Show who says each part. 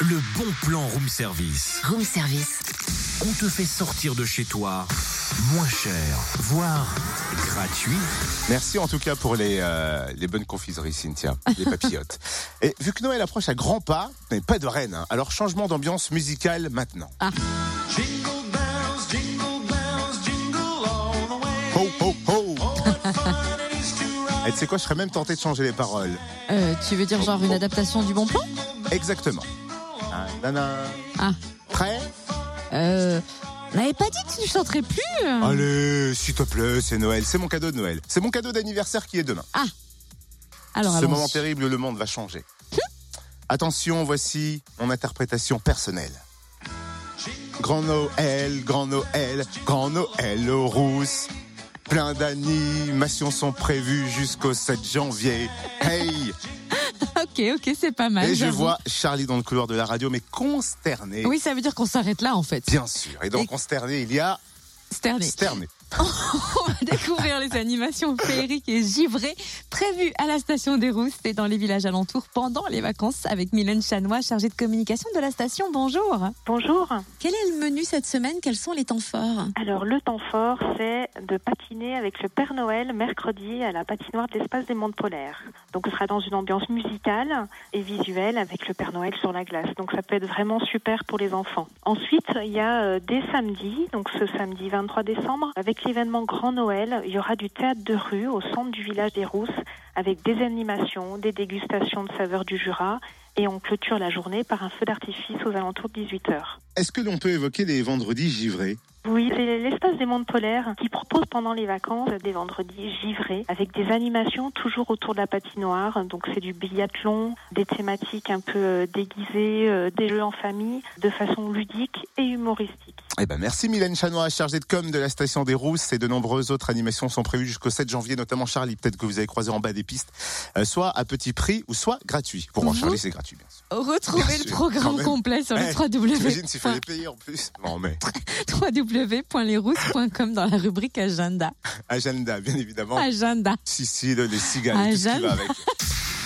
Speaker 1: Le bon plan room service.
Speaker 2: Room service.
Speaker 1: On te fait sortir de chez toi moins cher, voire gratuit.
Speaker 3: Merci en tout cas pour les, euh, les bonnes confiseries, Cynthia, les papillotes. Et vu que Noël approche à grands pas, mais pas de Rennes, hein, alors changement d'ambiance musicale maintenant.
Speaker 4: Jingle bells, jingle bells, jingle all the way.
Speaker 3: Ho, ho, ho
Speaker 4: What fun it is to ride.
Speaker 3: Et tu sais quoi, je serais même tenté de changer les paroles.
Speaker 5: Euh, tu veux dire genre une adaptation du bon plan
Speaker 3: Exactement. Ah, nana.
Speaker 5: Ah.
Speaker 3: Prêt
Speaker 5: Euh. On n'avait pas dit que tu ne chanterais plus euh.
Speaker 3: Ah, Allez, s'il te plaît, c'est Noël, c'est mon cadeau de Noël. C'est mon cadeau d'anniversaire qui est demain.
Speaker 5: Alors,
Speaker 3: Ce
Speaker 5: allons-y.
Speaker 3: moment terrible, le monde va changer. Attention, voici mon interprétation personnelle. Grand Noël, grand Noël, grand Noël aux rousses. Plein d'animations sont prévues jusqu'au 7 janvier. Hey
Speaker 5: Ok, ok, c'est pas mal.
Speaker 3: Et je
Speaker 5: Bah j'avoue.
Speaker 3: vois Charlie dans le couloir de la radio, mais consterné.
Speaker 5: Oui, ça veut dire qu'on s'arrête là en fait.
Speaker 3: Bien sûr. Et dans
Speaker 5: Et-
Speaker 3: consterné, il y a
Speaker 5: Sterné.
Speaker 3: Sterné.
Speaker 5: On va découvrir les animations féeriques et givrées prévues à la station des Rousses et dans les villages alentours pendant les vacances avec Mylène Chanois, chargée de communication de la station. Bonjour.
Speaker 6: Bonjour.
Speaker 5: Quel est le menu cette semaine Quels sont les temps forts
Speaker 6: Alors le temps fort, c'est de patiner avec le Père Noël mercredi à la patinoire de l'espace des mondes polaires. Donc ce sera dans une ambiance musicale et visuelle avec le Père Noël sur la glace. Donc ça peut être vraiment super pour les enfants. Ensuite, il y a euh, dès samedi, donc ce samedi 23 décembre, avec l'événement Grand Noël, il y aura du théâtre de rue au centre du village des Rousses avec des animations, des dégustations de saveurs du Jura et on clôture la journée par un feu d'artifice aux alentours de 18h.
Speaker 3: Est-ce que l'on peut évoquer les vendredis givrés
Speaker 6: Oui, c'est l'espace des mondes polaires qui propose pendant les vacances des vendredis givrés avec des animations toujours autour de la patinoire. Donc c'est du biathlon, des thématiques un peu euh, déguisées, euh, des jeux en famille de façon ludique et humoristique.
Speaker 3: Eh ben merci Mylène Chanois, chargée de com de la station des Rousses et de nombreuses autres animations sont prévues jusqu'au 7 janvier, notamment Charlie, peut-être que vous avez croisé en bas des pistes, euh, soit à petit prix ou soit gratuit. Pour moi,
Speaker 5: Vous
Speaker 3: Charlie, c'est gratuit, bien sûr. Bien
Speaker 5: Retrouvez le
Speaker 3: sûr, quand
Speaker 5: programme
Speaker 3: même.
Speaker 5: complet Mhm. sur le Ah.
Speaker 3: Eh, T'imagines s'il fallait payer en plus Non mais,
Speaker 5: www. www.lesrousses.com dans la rubrique Agenda.
Speaker 3: agenda, bien évidemment.
Speaker 5: Agenda.
Speaker 3: Si, si, le- les cigales, tout ce qui
Speaker 5: Ah. Agenda.
Speaker 3: va avec.